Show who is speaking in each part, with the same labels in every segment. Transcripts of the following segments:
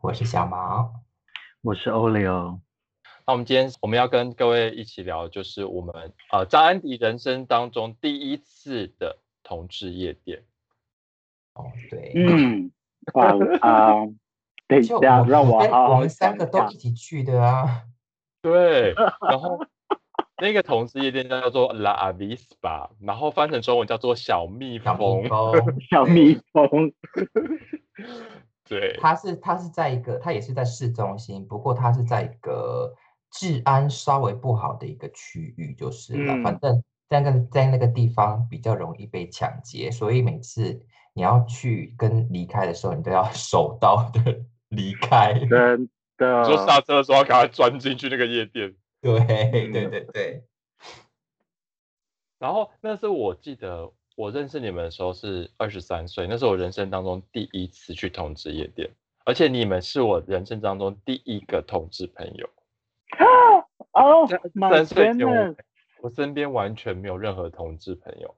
Speaker 1: 我是小毛。
Speaker 2: 我是欧哦柳。
Speaker 3: 那我们今天我们要跟各位一起聊，就是我们呃张安迪人生当中第一次的同志夜店。
Speaker 1: 哦，对，
Speaker 2: 嗯，哇啊、等一
Speaker 1: 就
Speaker 2: 下，
Speaker 1: 我
Speaker 2: 让我
Speaker 1: 哎
Speaker 2: 好
Speaker 1: 我
Speaker 2: 好
Speaker 1: 们三
Speaker 2: 想
Speaker 1: 个
Speaker 2: 一
Speaker 1: 都
Speaker 2: 下
Speaker 1: 一。起去的啊。
Speaker 3: 对，然后那个同志夜店叫做 La Avispa，然后翻成中文叫做小蜜
Speaker 1: 小蜜
Speaker 3: 蜂。
Speaker 1: 蜂，
Speaker 2: 小蜜蜂，
Speaker 3: 对，
Speaker 1: 它是它是在一个，它也是在市中心，不过它是在一个治安稍微不好的一个区域，就是了。
Speaker 2: 嗯
Speaker 1: 反正在那个在那个地方比较容易被抢劫，所以每次你要去跟离开的时候，你都要 手到的离开。
Speaker 2: 真的
Speaker 3: 你说刹车的时候要赶快钻进去那个夜店。
Speaker 1: 对对
Speaker 2: 嗯
Speaker 1: 对对，
Speaker 3: 然后那是我记得我认识你们的时候是二十三岁，那是我人生当中第一次去同志夜店，而且你们是我人生当中第一个同志朋友。
Speaker 2: 哦
Speaker 3: 在
Speaker 2: ，My
Speaker 3: 三岁前
Speaker 2: goodness，
Speaker 3: 我我身边完全没有任何同志朋友。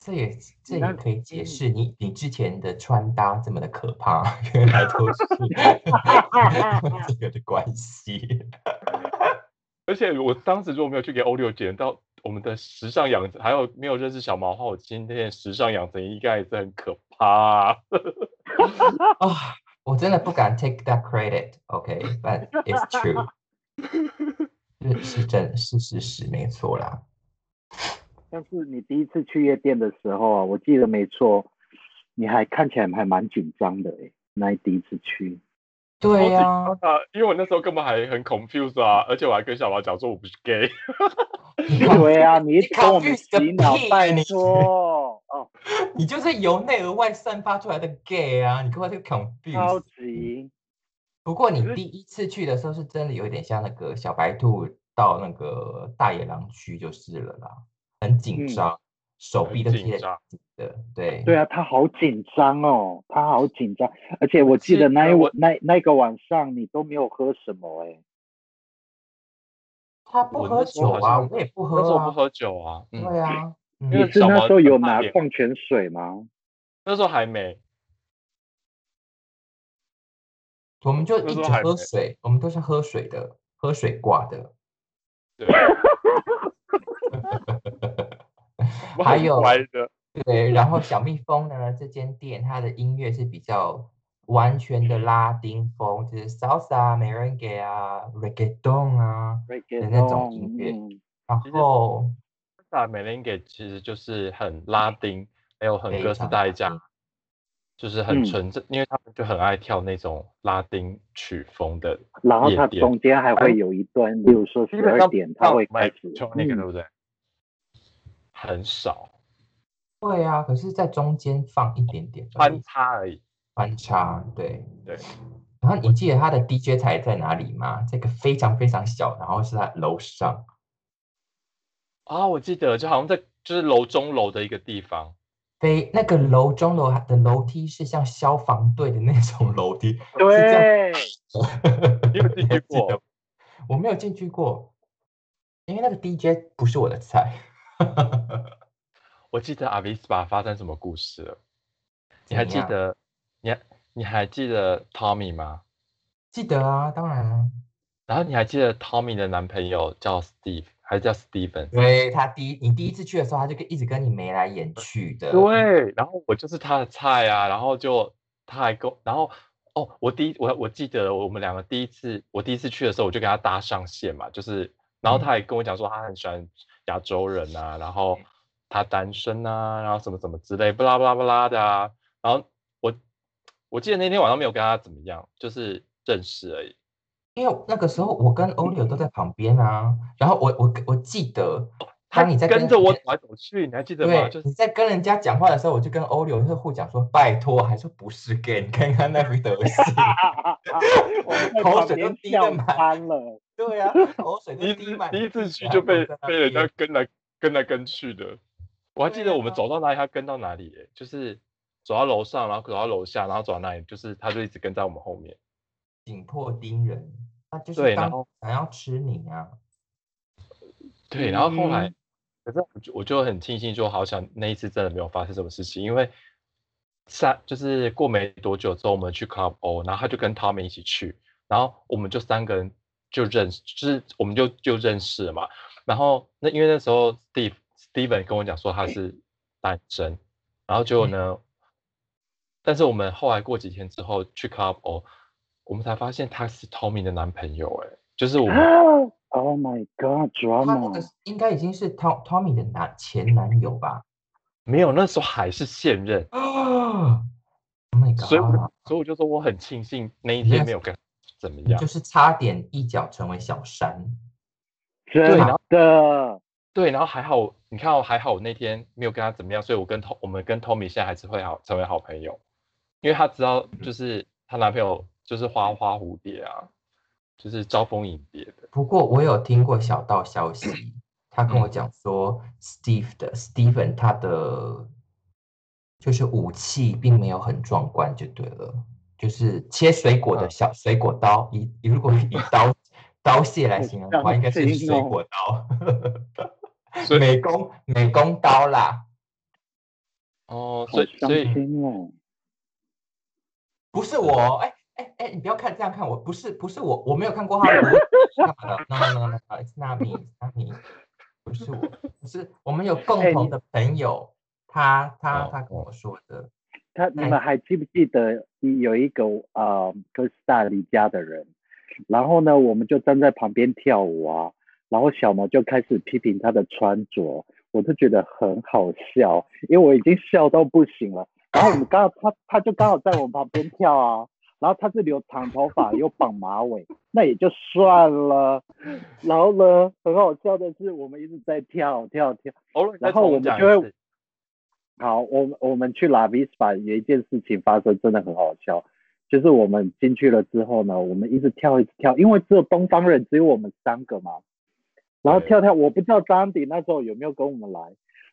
Speaker 1: 这也这也
Speaker 2: 那
Speaker 1: 可以解
Speaker 2: 嗯
Speaker 1: 释你你之前的穿搭这么的可怕， 原来都 是
Speaker 2: 啊
Speaker 1: 这个的关系。
Speaker 3: 而且我当时如果没有去给欧六剪到我们的时尚养成，还有没有认识小毛的话，我今天的时尚养成应该也是很可怕啊、
Speaker 1: 啊、我真的不敢 take that credit，OK，but、it's true，是是真是事实，没错啦。
Speaker 2: 但是你第一次去夜店的时候啊，我记得没错，你还看起来还蛮紧张的诶。那你第一次去，
Speaker 1: 对呀、
Speaker 3: 啊，因为我那时候根本还很 confused 啊，而且我还跟小毛讲说我不是 gay，
Speaker 1: 你看
Speaker 2: 对啊，你一直跟我们
Speaker 1: confuse 个
Speaker 2: 洗脑
Speaker 1: 屁，
Speaker 2: 拜
Speaker 1: 你
Speaker 2: 托，哦，
Speaker 1: 你就是由内而外散发出来的 gay 啊，你根本就
Speaker 2: 超
Speaker 1: confused。
Speaker 2: 级，
Speaker 1: 不过
Speaker 3: 可
Speaker 1: 你
Speaker 3: 是
Speaker 1: 第一次去的时候是真的有点像那个小白兔到那个大野狼区就是了啦，很紧
Speaker 2: 嗯
Speaker 1: 张，手
Speaker 3: 很
Speaker 1: 臂都
Speaker 3: 紧
Speaker 1: 贴得
Speaker 3: 张
Speaker 1: 紧紧的，对
Speaker 2: 对啊，他好紧张哦，他好紧张，而且我记
Speaker 3: 记
Speaker 2: 得那一
Speaker 3: 得我
Speaker 2: 晚那那个晚上你都没有喝什么欸诶。
Speaker 1: 他不
Speaker 3: 我
Speaker 1: 喝
Speaker 3: 那时候
Speaker 1: 酒
Speaker 3: 好
Speaker 1: 啊，
Speaker 3: 像
Speaker 1: 我也
Speaker 3: 那
Speaker 1: 不
Speaker 3: 时
Speaker 1: 喝
Speaker 3: 候不
Speaker 1: 啊，
Speaker 3: 喝酒啊，嗯，
Speaker 1: 对啊，嗯
Speaker 3: 因为
Speaker 2: 你是
Speaker 3: 小
Speaker 2: 那
Speaker 3: 毛
Speaker 2: 时候有
Speaker 3: 很怕
Speaker 2: 拿
Speaker 3: 脸
Speaker 2: 矿泉水吗？
Speaker 3: 那时候还没，
Speaker 1: 我们就
Speaker 3: 那时
Speaker 1: 一直
Speaker 3: 候还
Speaker 1: 喝
Speaker 3: 没
Speaker 1: 水，我们都是喝水的，喝水挂的。
Speaker 3: 对，我
Speaker 1: 还
Speaker 3: 很
Speaker 1: 有
Speaker 3: 乖的，
Speaker 1: 对，然后小蜜蜂呢，这间店它的音乐是比较完全的拉丁风，就是 salsa、merengue 啊、reggaeton 啊，的那种音乐
Speaker 2: 嗯
Speaker 1: 然
Speaker 3: 其实
Speaker 1: 后
Speaker 3: 萨美林给其实就是
Speaker 2: 嗯
Speaker 3: 很拉丁，还有很
Speaker 1: 非
Speaker 3: 哥斯
Speaker 1: 常
Speaker 3: 达
Speaker 1: 拉
Speaker 3: 黎加
Speaker 1: 丁，
Speaker 3: 就是
Speaker 2: 嗯
Speaker 3: 很纯正，因为他们就很爱跳那种拉丁曲风的，
Speaker 2: 然后它
Speaker 3: 夜店
Speaker 2: 中间还会有一段，例如说十二点，它会开始。
Speaker 3: 唱那个对
Speaker 2: 嗯
Speaker 3: 不对？很少
Speaker 1: 对啊，可是在中间放一点点而
Speaker 3: 穿
Speaker 1: 已
Speaker 3: 插而已，
Speaker 1: 穿插，对
Speaker 3: 对。
Speaker 1: 然后你记得它的 DJ 台在哪里吗？这个非常非常小，然后是在楼上。
Speaker 3: 啊、我记得就好像在就是楼中楼的一个地方，
Speaker 1: 非那个楼钟楼的楼梯是像消防队的那种楼梯，是这样。
Speaker 2: 对，
Speaker 3: 你有进去
Speaker 1: 还记得
Speaker 3: 过
Speaker 1: 吗？我没有进去过，因为那个 DJ 不是我的菜。
Speaker 3: 我记得阿比斯巴发生什么故事了？你
Speaker 1: 怎
Speaker 3: 还记
Speaker 1: 样？
Speaker 3: 得？你还你还记得 Tommy 吗？
Speaker 1: 记得啊，当然啊，
Speaker 3: 然后你还记得 Tommy 的男朋友叫 Steve 还是叫 Steven？
Speaker 1: 因为他第一你第一次去的时候，他就跟一直跟你眉来眼去的。，
Speaker 3: 对，然后我就是他的菜啊，然后就他还跟我，然后哦，我第一我我记得我们两个第一次我第一次去的时候，我就跟他搭上线嘛，就是，然
Speaker 1: 嗯
Speaker 3: 后他还跟我讲说他很喜欢亚洲人啊，然后他单身啊，然后什么什么之类，不啦不啦不啦的啊，然后我我记得那天晚上没有跟他怎么样，就是认识而已，
Speaker 1: 因为那个时候我跟欧柳都在旁边啊，然后我我我记得，
Speaker 3: 他
Speaker 1: 当你在
Speaker 3: 跟
Speaker 1: 跟
Speaker 3: 着我
Speaker 1: 跟
Speaker 3: 走来走去，你还记得吗？
Speaker 1: 对
Speaker 3: 就是
Speaker 1: 你在跟人家讲话的时候，我就跟欧柳客户讲说，拜托，还说不是 gay，你看看那副德行。
Speaker 2: 我在旁边 笑翻 了。
Speaker 1: 对啊，口水
Speaker 3: 第
Speaker 1: 都
Speaker 3: 一
Speaker 1: 滴
Speaker 3: 次
Speaker 1: 满地
Speaker 3: 第一次
Speaker 1: 了
Speaker 3: 去就被
Speaker 1: 然后
Speaker 3: 被人
Speaker 1: 在那
Speaker 3: 家
Speaker 1: 边
Speaker 3: 跟来跟来跟去的。我还记得我们
Speaker 2: 对啊
Speaker 3: 走到哪里，他跟到哪里、欸，就是走到楼上，然后走到楼下，然后走到那里，就是他就一直跟在我们后面。
Speaker 1: 紧迫盯人，那就是
Speaker 3: 对
Speaker 1: 当
Speaker 3: 然后
Speaker 1: 想要吃你啊。
Speaker 3: 对，然后后来，可是我就我就很庆幸，说好想那一次真的没有发生什么事情，因为下就是过没多久之后，我们去 Club O，然后他就跟 Tommy 一起去，然后我们就三个人就认识，就是我们就就认识了嘛。然后那因为那时候 Steve Steven 跟我讲说他是单身，然后结果呢，但是我们后来过几天之后去 Club O，我们才发现他是 Tommy 的男朋友、欸，哎，就是我们
Speaker 2: Oh my 哦
Speaker 1: 他那个
Speaker 2: God，drama！
Speaker 1: 应该已经是 Tom Tommy 的男前男友吧？
Speaker 3: 没有那时候还是现任，
Speaker 1: 啊，Oh my
Speaker 3: 所以我
Speaker 2: 哦
Speaker 1: god！
Speaker 3: 所以我就说我很庆幸那一
Speaker 1: 你
Speaker 3: 天
Speaker 1: 那
Speaker 3: 没有跟他怎么
Speaker 1: 你
Speaker 3: 样
Speaker 1: 就。是差点一脚成为小山，
Speaker 2: 真
Speaker 3: 然后
Speaker 2: 的，
Speaker 3: 对，然后还好，你看哦，还好我那天没有跟他怎么样，所以我跟 Tom 我们跟 Tommy 现在还是会好成为好朋友，因为他知道
Speaker 2: 嗯
Speaker 3: 就是她男朋友就是花花蝴蝶啊，就是招蜂引蝶的。
Speaker 1: 不过我有听过小道消息，他跟我
Speaker 3: 嗯
Speaker 1: 讲说，Steve 的 Steven 他的就是武器并没有很壮观，就对了，就是切水果的
Speaker 3: 嗯
Speaker 1: 小水果刀，以以如果 以刀刀械来形容的话，
Speaker 2: 伤
Speaker 1: 应该是
Speaker 2: 心
Speaker 1: 水
Speaker 2: 哦
Speaker 1: 果
Speaker 3: 所以
Speaker 1: 刀，美工美工刀啦，
Speaker 3: 哦，
Speaker 2: 好
Speaker 3: 所以
Speaker 2: 伤
Speaker 3: 所以
Speaker 2: 心哦。
Speaker 1: 不是我，哎哎哎，你不要看这样看我，不是不是我，我没有看过他的裸体干嘛的，no no no no，it's not me，it's not me，不是我，不是我们有共
Speaker 2: 哎
Speaker 1: 同
Speaker 2: 你
Speaker 1: 的朋友，他他
Speaker 3: 哦
Speaker 1: 他跟
Speaker 3: 哦
Speaker 1: 我说的，
Speaker 2: 他你们还记不记得有一个呃哥斯达黎加的人，然后呢，我们就站在旁边跳舞啊，然后小毛就开始批评他的穿着，我就觉得很好笑，因为我已经笑到不行了。然后我们刚好他他就刚好在我们旁边跳啊，然后他是留长头发又绑马尾， 那也就算了。然后呢，很好笑的是，我们一直在跳跳跳。
Speaker 3: 欧伦，你再
Speaker 2: 然后
Speaker 3: 重
Speaker 2: 我们
Speaker 3: 讲一
Speaker 2: 就会
Speaker 3: 次
Speaker 2: 好，我们我们去拉比斯巴有一件事情发生，真的很好笑。就是我们进去了之后呢，我们一直跳一直跳，因为只有东方人，只有我们三个嘛。然后
Speaker 3: 对
Speaker 2: 跳跳，我不知道张迪那时候有没有跟我们来。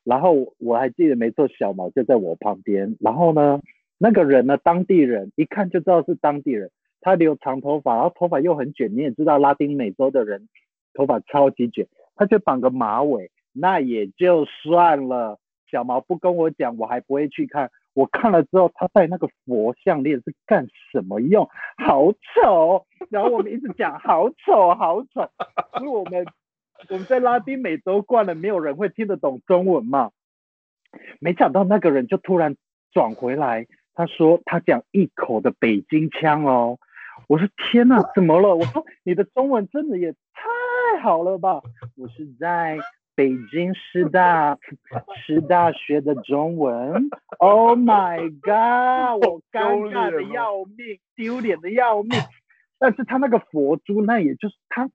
Speaker 2: 然后我我还记得没错，小毛就在我旁边。然后呢，那个人呢，当地人，一看就知道是当地人。他留长头发，然后头发又很卷，你也知道拉丁美洲的人头发超级卷，他就绑个马尾，那也就算了。小毛不跟我讲，我还不会去看。我看了之后，他戴那个佛项链是干什么用？好丑！然后我们一直讲好丑，好丑。因为我们我们在拉丁美洲惯了，没有人会听得懂中文嘛。没想到那个人就突然转回来，他说他讲一口的北京腔哦。我说天哪，怎么了？我说你的中文真的也太好了吧！我是在北京师大师大学的中文。Oh my god！我尴尬的要命，丢脸的要命。但是他那个佛珠，那也就是他，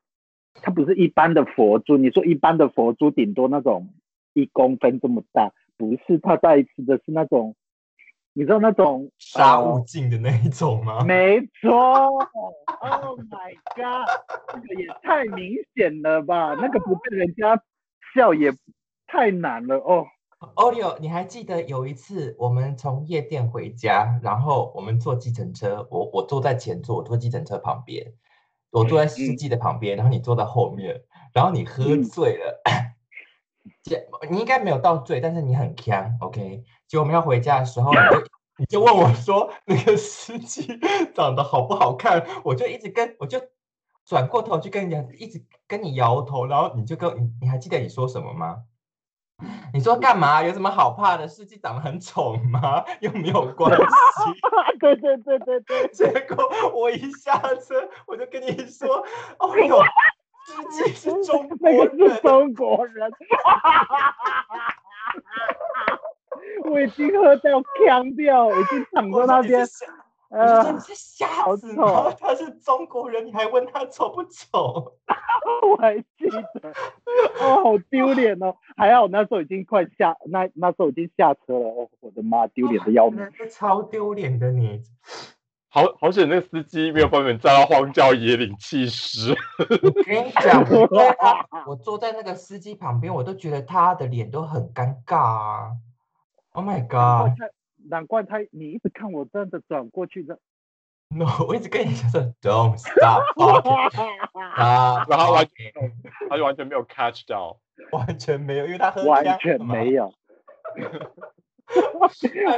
Speaker 2: 他不是一般的佛珠。你说一般的佛珠，顶多那种一公分这么大，不是他带吃的是那种，你知道那种
Speaker 1: 杀
Speaker 2: 呃
Speaker 1: 无尽的那一种吗？
Speaker 2: 没错，Oh my god，这个也太明显了吧？那个不被人家笑也太难了哦。
Speaker 1: 欧利欧，你还记得有一次我们从夜店回家，然后我们坐计程车，我我坐在前座，我坐计程车旁边，我坐在司
Speaker 2: 嗯
Speaker 1: 机的旁边，然后你坐在后面，然后你喝
Speaker 2: 嗯
Speaker 1: 醉了，这你应该没有到醉，但是你很呛，OK。结果我们要回家的时候，你 就你就问我说那个司机 长得好不好看，我就一直跟我就转过头去跟你讲，一直跟你摇头，然后你就跟你你还记得你说什么吗？你说干嘛？有什么好怕的？司机长得很丑吗？又没有关系。
Speaker 2: 啊对对对对对，
Speaker 1: 结果我一下车，我就跟你说，哦哟，司机是中国
Speaker 2: 那个是
Speaker 1: 人。
Speaker 2: 中国人。 我已经喝到腔掉，已经躺
Speaker 1: 我说
Speaker 2: 在那
Speaker 1: 你是
Speaker 2: 边。
Speaker 1: 瞎，我就说
Speaker 2: 呃
Speaker 1: 你，是瞎
Speaker 2: 好
Speaker 1: 子吗
Speaker 2: 丑？啊
Speaker 1: 他是中国人，你还问他丑不丑？
Speaker 2: 我还记得，哦，好丢脸哦！还好那时候已经快下，那那时候已经下车了。哦，我的妈，丢脸的要命！
Speaker 1: 这超丢脸的你。
Speaker 3: 好好险，那个司机没有把你们载到荒郊野岭弃尸。
Speaker 1: 我跟你讲，我坐在 他，我坐在那个司机旁边，我都觉得他的脸都很尴尬啊。Oh my
Speaker 2: 难怪
Speaker 1: god！
Speaker 2: 他，难怪他，你一直看我这样子转过去的，
Speaker 1: No，我一 直跟你讲说 Don't stop talking，啊，
Speaker 3: 然后完
Speaker 1: talking，
Speaker 3: 他就完全没有 catch 到。
Speaker 1: 完全没有，因为他喝
Speaker 2: 完
Speaker 1: 呛
Speaker 2: 全
Speaker 1: 了嘛
Speaker 2: 没有。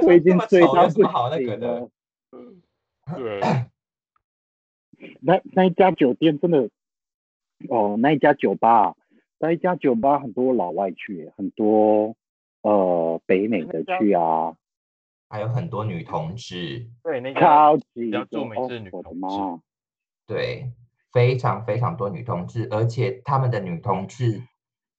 Speaker 2: 我已经追
Speaker 1: 到
Speaker 2: 到
Speaker 1: 什
Speaker 2: 不
Speaker 1: 么好那个
Speaker 2: 行
Speaker 1: 的
Speaker 2: 了。
Speaker 3: 对，
Speaker 2: 那那一家酒店真的，哦，那一家酒吧，那一家酒吧很多老外去，很多呃北美的去啊，
Speaker 1: 还有很多女同志，
Speaker 3: 对那个
Speaker 2: 超级
Speaker 3: 较著
Speaker 2: 多
Speaker 3: 名是女
Speaker 2: 哦我的
Speaker 3: 同
Speaker 2: 妈！
Speaker 1: 对，非常非常多女同志，而且他们的女同志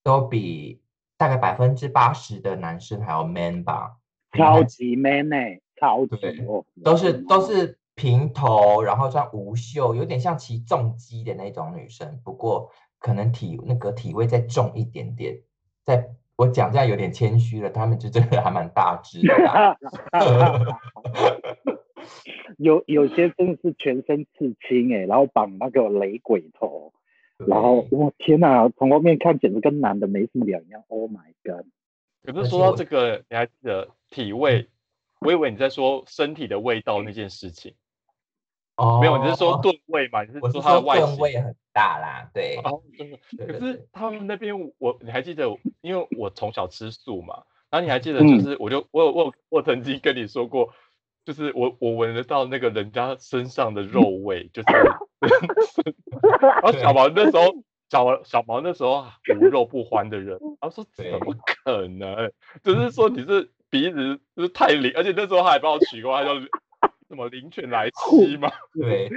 Speaker 1: 都比大概百分之八十的男生还要 man 吧，平
Speaker 2: 超
Speaker 1: 衡
Speaker 2: 级 man 呢、超级
Speaker 1: 对
Speaker 2: 哦，
Speaker 1: 都是都
Speaker 2: 我的妈
Speaker 1: 是平头，然后穿无袖，有点像骑重机的那种女生，不过可能体那个体味再重一点点。在我讲这样有点谦虚了，他们就真的还蛮大只的 啦
Speaker 2: 有有些真的是全身刺青哎、然后绑那个雷鬼头，然后
Speaker 1: 对
Speaker 2: 我天哪，从后面看简直跟男的没什么两样，Oh my god！
Speaker 3: 可
Speaker 1: 而
Speaker 3: 是
Speaker 1: 且
Speaker 3: 说到
Speaker 1: 我
Speaker 3: 这个，你还记得体味？我以为你在说身体的味道那件事情，
Speaker 1: 哦，
Speaker 3: 没有，你是说吨位嘛？你是
Speaker 1: 我是
Speaker 3: 说它的
Speaker 1: 说
Speaker 3: 外
Speaker 1: 吨
Speaker 3: 形？
Speaker 1: 位很大啦，对，
Speaker 3: 哦，真的。
Speaker 1: 对
Speaker 3: 可
Speaker 1: 对
Speaker 3: 是
Speaker 1: 对
Speaker 3: 他们那边我，我你还记得我，因为我从小吃素嘛，然后你还记得，
Speaker 2: 嗯
Speaker 3: 就是我就我有我有我曾经跟你说过，就是我我闻得到那个人家身上的肉味，就是，然后小毛那时候。小毛小毛那时候啊无肉不欢的人，然后说怎
Speaker 1: 对
Speaker 3: 么可能？就是说你是鼻子就是太灵，而且那时候他还帮我取过，他叫 什么灵犬莱西嘛，
Speaker 1: 对，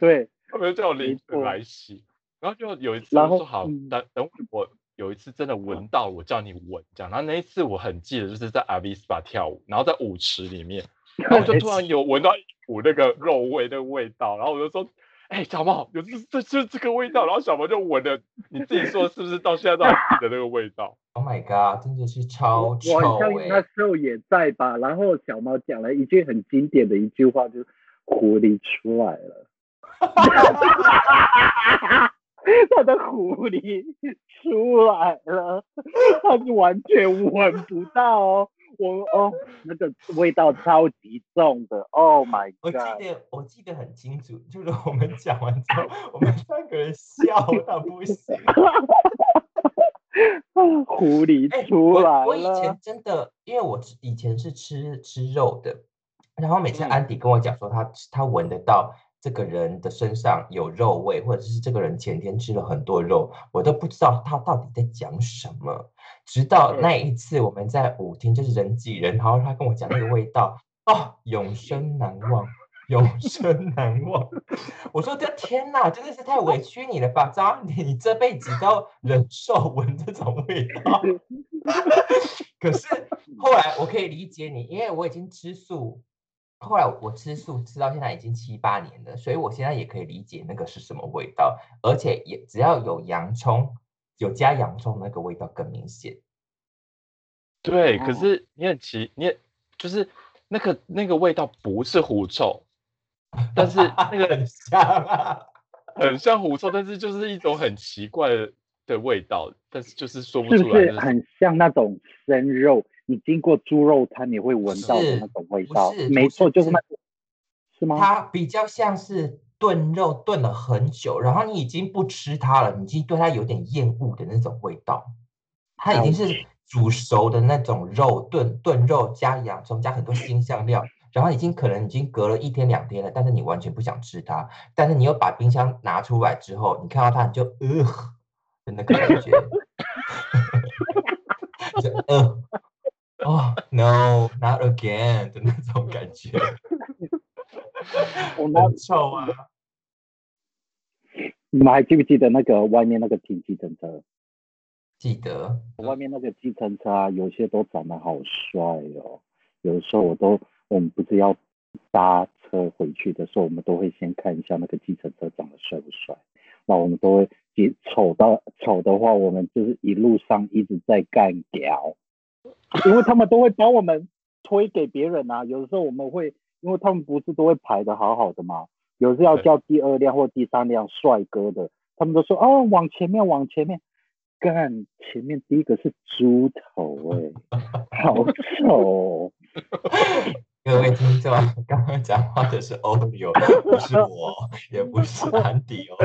Speaker 2: 对，
Speaker 3: 他们就叫
Speaker 2: 没
Speaker 3: 林
Speaker 2: 错
Speaker 3: 来洗，然后嗯就有一次
Speaker 2: 然
Speaker 3: 我
Speaker 2: 后
Speaker 3: 说好
Speaker 2: 嗯，
Speaker 3: 等等我有一次真的闻到，我叫你闻这样。然后那一次我很记得，就是在 a v i s p a 跳舞，然后在舞池里 面，然后我就突然有闻到一股那个肉味那个味道，然后我就说。哎、小毛，有这这就是这个味道，然后小毛就闻了，你自己说是不是到现在都还记得那个味道？
Speaker 1: Oh my god，真的是超
Speaker 2: 我我
Speaker 1: 臭
Speaker 2: 好像
Speaker 1: 哎、
Speaker 2: 那时候也在吧。然后小猫讲了一句很经典的一句话，就是狐狸出来 了。他的狐狸出来了，他是完全闻不到哦。我哦，那个味道超级重的，Oh my
Speaker 1: 我记
Speaker 2: god！
Speaker 1: 得我记得很清楚，就是我们讲完之后，我们三个人笑到不行。
Speaker 2: 狐狸
Speaker 1: 哎，
Speaker 2: 出来
Speaker 1: 我我以
Speaker 2: 了
Speaker 1: 前，真的，因为我吃以前是吃吃肉的，然后每次
Speaker 3: 嗯
Speaker 1: 安迪跟我讲说他吃他闻得到这个人的身上有肉味，或者是这个人前天吃了很多肉，我都不知道他到底在讲什么。直到
Speaker 3: 嗯
Speaker 1: 那一次我们在舞厅，就是人挤人，然后他跟我讲那个味道，哦，永生难忘。 永生难忘。我说这天哪，真的是太委屈你了吧，渣女，你这辈子都要忍受闻这种味道。可是后来我可以理解你，因为我已经吃素，后来我吃素吃到现在已经七八年了，所以我现在也可以理解那个是什么味道，而且也只要有洋葱，有加洋葱那个味道更明显。
Speaker 3: 对，可
Speaker 2: 哦
Speaker 3: 是你很奇，你也就是那个那个味道不是狐臭，但是那个
Speaker 1: 很香啊！
Speaker 3: 很像狐臭，但是就是一种很奇怪的的味道，但是就是说不
Speaker 2: 是
Speaker 3: 出
Speaker 2: 不
Speaker 3: 来。
Speaker 2: 是
Speaker 3: 就是
Speaker 2: 很像那种生肉？你经过猪肉摊，你会闻到的
Speaker 1: 是
Speaker 2: 那种味
Speaker 1: 不
Speaker 2: 道
Speaker 1: 是，
Speaker 2: 没
Speaker 1: 不是
Speaker 2: 错，就是
Speaker 1: 是
Speaker 2: 那个，是吗？
Speaker 1: 它比较像是炖肉炖了很久，然后你已经不吃它了，你已经对它有点厌恶的那种味道。它已经是煮熟的那种肉炖炖肉加洋葱加很多新香料，然后已经可能已经隔了一天两天了，但是你完全不想吃它，但是你又把冰箱拿出来之后，你看到它你就呃的那个感觉，你就呃。哦、n o not again 的那种感觉，
Speaker 2: 我们
Speaker 1: 很臭啊！
Speaker 2: 你们还记不记得那个外面那个停计程车？
Speaker 1: 记得，
Speaker 2: 外面那个计程车啊，有些都长得好帅哦。有时候我都，我们不是要搭车回去的时候，我们都会先看一下那个计程车长得帅不帅。那我们都会，一丑到丑的话，我们就是一路上一直在干屌，因为他们都会把我们推给别人啊。有的时候我们会，因为他们不是都会排的好好的嘛，有时候要
Speaker 3: 对
Speaker 2: 叫第二辆或第三辆帅哥的，他们都说哦，往前面，往前面。干，前面第一个是猪头哎、好丑哦、
Speaker 1: 各位听众，刚刚讲话的是欧柳，不 是我，也不是安迪哦。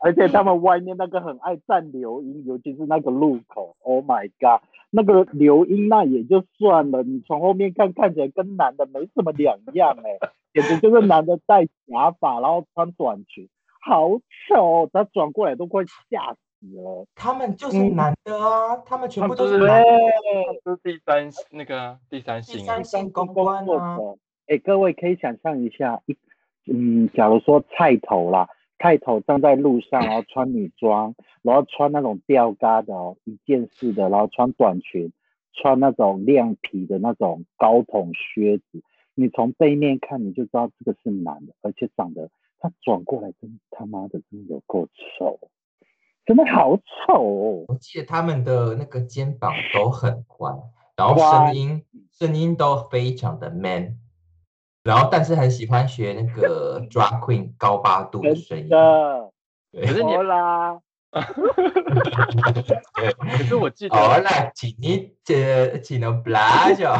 Speaker 2: 而且他们外面那个很爱站留音，尤其是那个路口，Oh my god，那个留音那也就算了，你从后面看看起来跟男的没什么两样哎、简直就是男的戴假发，然后穿短裙，好丑，他转过来都快吓死了。
Speaker 1: 他们就是
Speaker 2: 嗯
Speaker 1: 男的啊，他们全
Speaker 3: 他
Speaker 1: 部
Speaker 3: 们
Speaker 1: 都
Speaker 3: 就是是
Speaker 1: 男的。
Speaker 3: 这是第三那个啊第三
Speaker 1: 第
Speaker 3: 性啊
Speaker 1: 三性公关啊，
Speaker 2: 作者。哎，各位可以想象一下，一嗯，假如说菜头啦，菜头站在路上，然后穿女装，然后穿那种吊嘎的哦，一件式的，然后穿短裙，穿那种亮皮的那种高筒靴子，你从背面看你就知道这个是男的，而且长得他转过来真他妈的真有够丑，真的好丑哦！
Speaker 1: 我记得他们的那个肩膀都很宽，然后
Speaker 2: 宽
Speaker 1: 声音声音都非常的 man，然后但是很喜欢学那 个 drag queen 高八度的声音
Speaker 2: 真。的，
Speaker 1: 对
Speaker 3: 可是你
Speaker 2: 好啦，
Speaker 3: 可是我记得
Speaker 1: 好啦，请你这请了 b l a g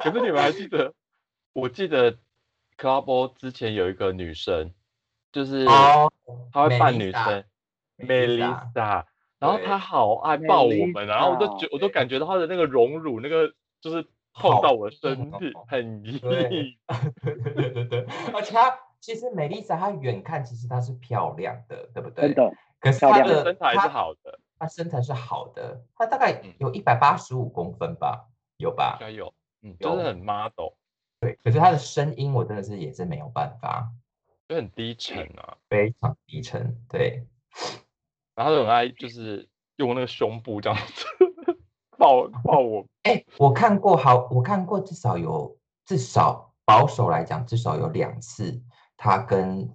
Speaker 3: 可是你们还记得？我记得 Club 之前有一个女生，就是
Speaker 1: 哦，
Speaker 3: 她会扮女
Speaker 1: Melissa，
Speaker 3: 生
Speaker 1: 啊
Speaker 3: Melissa，然后
Speaker 1: 对
Speaker 3: 她好爱抱我们，然后我就
Speaker 2: Melissa，
Speaker 3: 觉我都感觉到她的那个荣辱，那个就是碰到我的身
Speaker 1: 好
Speaker 3: 体
Speaker 1: 硬哦
Speaker 3: 很
Speaker 1: 对
Speaker 3: 硬，
Speaker 1: 对对对对，而且她其实美丽莎她远看其实她是漂亮的，对不对？
Speaker 2: 真。的，
Speaker 1: 可是
Speaker 2: 漂
Speaker 1: 她
Speaker 2: 亮
Speaker 1: 的
Speaker 3: 的身材是
Speaker 1: 她
Speaker 3: 好的，
Speaker 1: 她身材是好的，她大概
Speaker 3: 嗯
Speaker 1: 有一百八十五公分吧，有吧
Speaker 3: 应？该有，嗯，
Speaker 1: 有
Speaker 3: 就是很 model，
Speaker 1: 对，可是她的声音我真的是也是没有办法，
Speaker 3: 就很低沉啊，
Speaker 1: 非常低沉。对，
Speaker 3: 然后她很爱就是用那个胸部这样子 抱抱我，
Speaker 1: 哎，我看过好，我看过至少有至少保守来讲至少有两次，她跟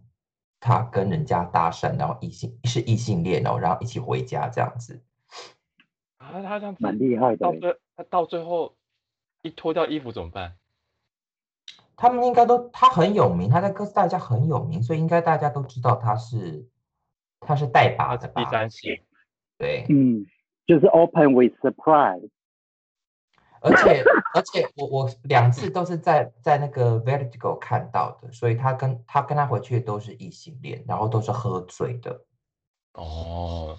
Speaker 1: 她跟人家搭讪，然后异性是异性恋哦，然后一起回家这样子。
Speaker 3: 然后她这样子
Speaker 2: 蛮厉害的
Speaker 3: 到
Speaker 2: 欸。
Speaker 3: 最她到最后一脱掉衣服怎么办？
Speaker 1: 他们应该都他很有名，他在哥斯达黎加很有名，所以应该大家都知道他是他是带把
Speaker 3: 她
Speaker 1: 的
Speaker 3: 是
Speaker 1: 吧？
Speaker 3: 第三性。
Speaker 1: 对，
Speaker 2: 嗯，就是 open with surprise。
Speaker 1: 而且而且我我两次都是在在那个 Vertigo 看到的，所以他跟他跟他回去的都是异性恋，然后都是喝醉的，
Speaker 3: 哦，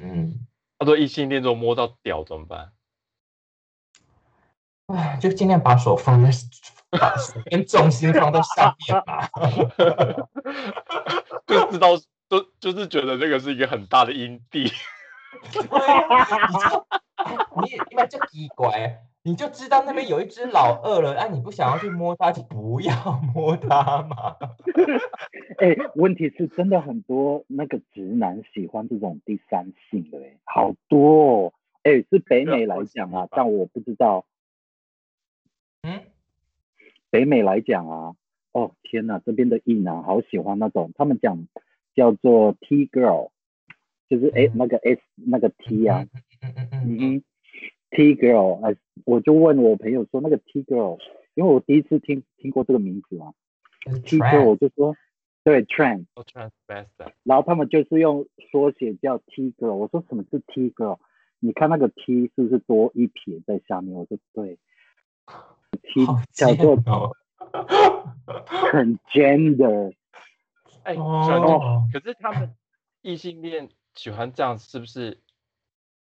Speaker 1: 嗯，
Speaker 3: 他说异性恋如果摸到屌怎么办？
Speaker 1: 唉，就尽量把手放在把手跟重心放到上面吧。
Speaker 3: 就知道，就就是觉得这个是一个很大的阴 蒂。
Speaker 1: 对啊，你就哎你也你买这奇怪，你就知道那边有一只老二了，啊，你不想要去摸它，就不要摸它嘛。
Speaker 2: 哎、问题是真的很多那个直男喜欢这种第三性的哎、好多哦。哎、是北美来讲啊，但我不知道
Speaker 1: 嗯，
Speaker 2: 北美来讲啊，哦天哪，这边的异男好喜欢那种，他们讲叫做 T girl，就是哎、
Speaker 1: 嗯
Speaker 2: 那个 S 那个 T 啊，
Speaker 1: 嗯嗯嗯，
Speaker 2: 嗯哼，T girl，哎、我就问我朋友说那个 T girl，因为我第一次听听过这个名字嘛
Speaker 1: 就是
Speaker 2: ，T girl
Speaker 1: trans，
Speaker 2: 我就说对 trans。
Speaker 3: 哦 transvestite
Speaker 2: 然后他们就是用缩写叫 T girl。我说什么是 T girl？你看那个 T 是不是多一撇在下面？我说对，T
Speaker 1: 好
Speaker 2: 叫
Speaker 1: 贱
Speaker 2: 做
Speaker 1: 哦。
Speaker 2: transgender。
Speaker 3: 哎，转
Speaker 1: 哦，
Speaker 3: 可是他们异性恋喜欢这样，是不是？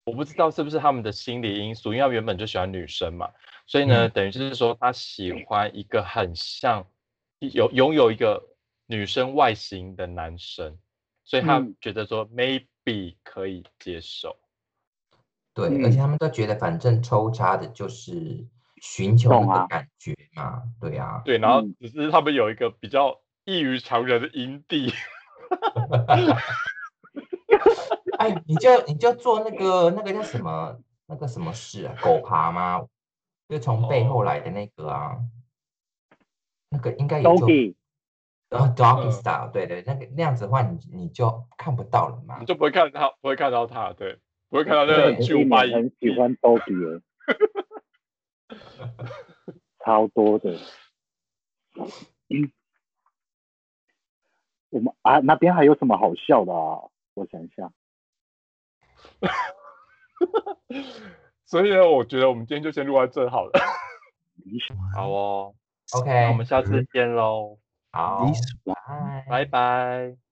Speaker 3: 我不知道是不是他们的心理因素，因为他们原本就喜欢女生嘛，所以呢，
Speaker 1: 嗯
Speaker 3: 等于就是说他喜欢一个很像有拥有一个女生外形的男生，所以他
Speaker 2: 嗯
Speaker 3: 觉得说 maybe 可以接受。
Speaker 1: 对，而且
Speaker 2: 嗯
Speaker 1: 他们都觉得反正抽插的就是寻求
Speaker 2: 懂
Speaker 1: 那
Speaker 2: 啊
Speaker 1: 个感觉嘛，对啊，
Speaker 3: 对，然后
Speaker 2: 嗯
Speaker 3: 只是他们有一个比较异于常人的阴蒂，
Speaker 1: 哎，你就你就做那个那个叫什么那个什么事啊，狗爬吗？就从背后
Speaker 3: 哦
Speaker 1: 来的那个啊，那个应该也就
Speaker 2: Doggy，
Speaker 1: 然后 doggy
Speaker 3: 嗯
Speaker 1: style，对对，那个那样子的话你，你就看不到了嘛
Speaker 3: 你。就不会看到他，不会看到他，对，不会看到那
Speaker 1: 对
Speaker 3: 个
Speaker 1: 很
Speaker 3: 很
Speaker 1: 吸
Speaker 3: 巨
Speaker 2: 一
Speaker 3: 无霸
Speaker 2: 年
Speaker 3: 阴
Speaker 2: 很
Speaker 3: 蒂
Speaker 2: 喜。欢 Doggy 耶，超多的。 嗯我们啊，那边还有什么好笑的啊？我想一下，
Speaker 3: 所以呢，我觉得我们今天就先录到这好了。
Speaker 2: 理想
Speaker 3: 好哦，那
Speaker 1: OK，
Speaker 3: 我们下次见喽，
Speaker 1: 好，
Speaker 4: 你爽。
Speaker 1: 拜。嗯
Speaker 3: 拜拜。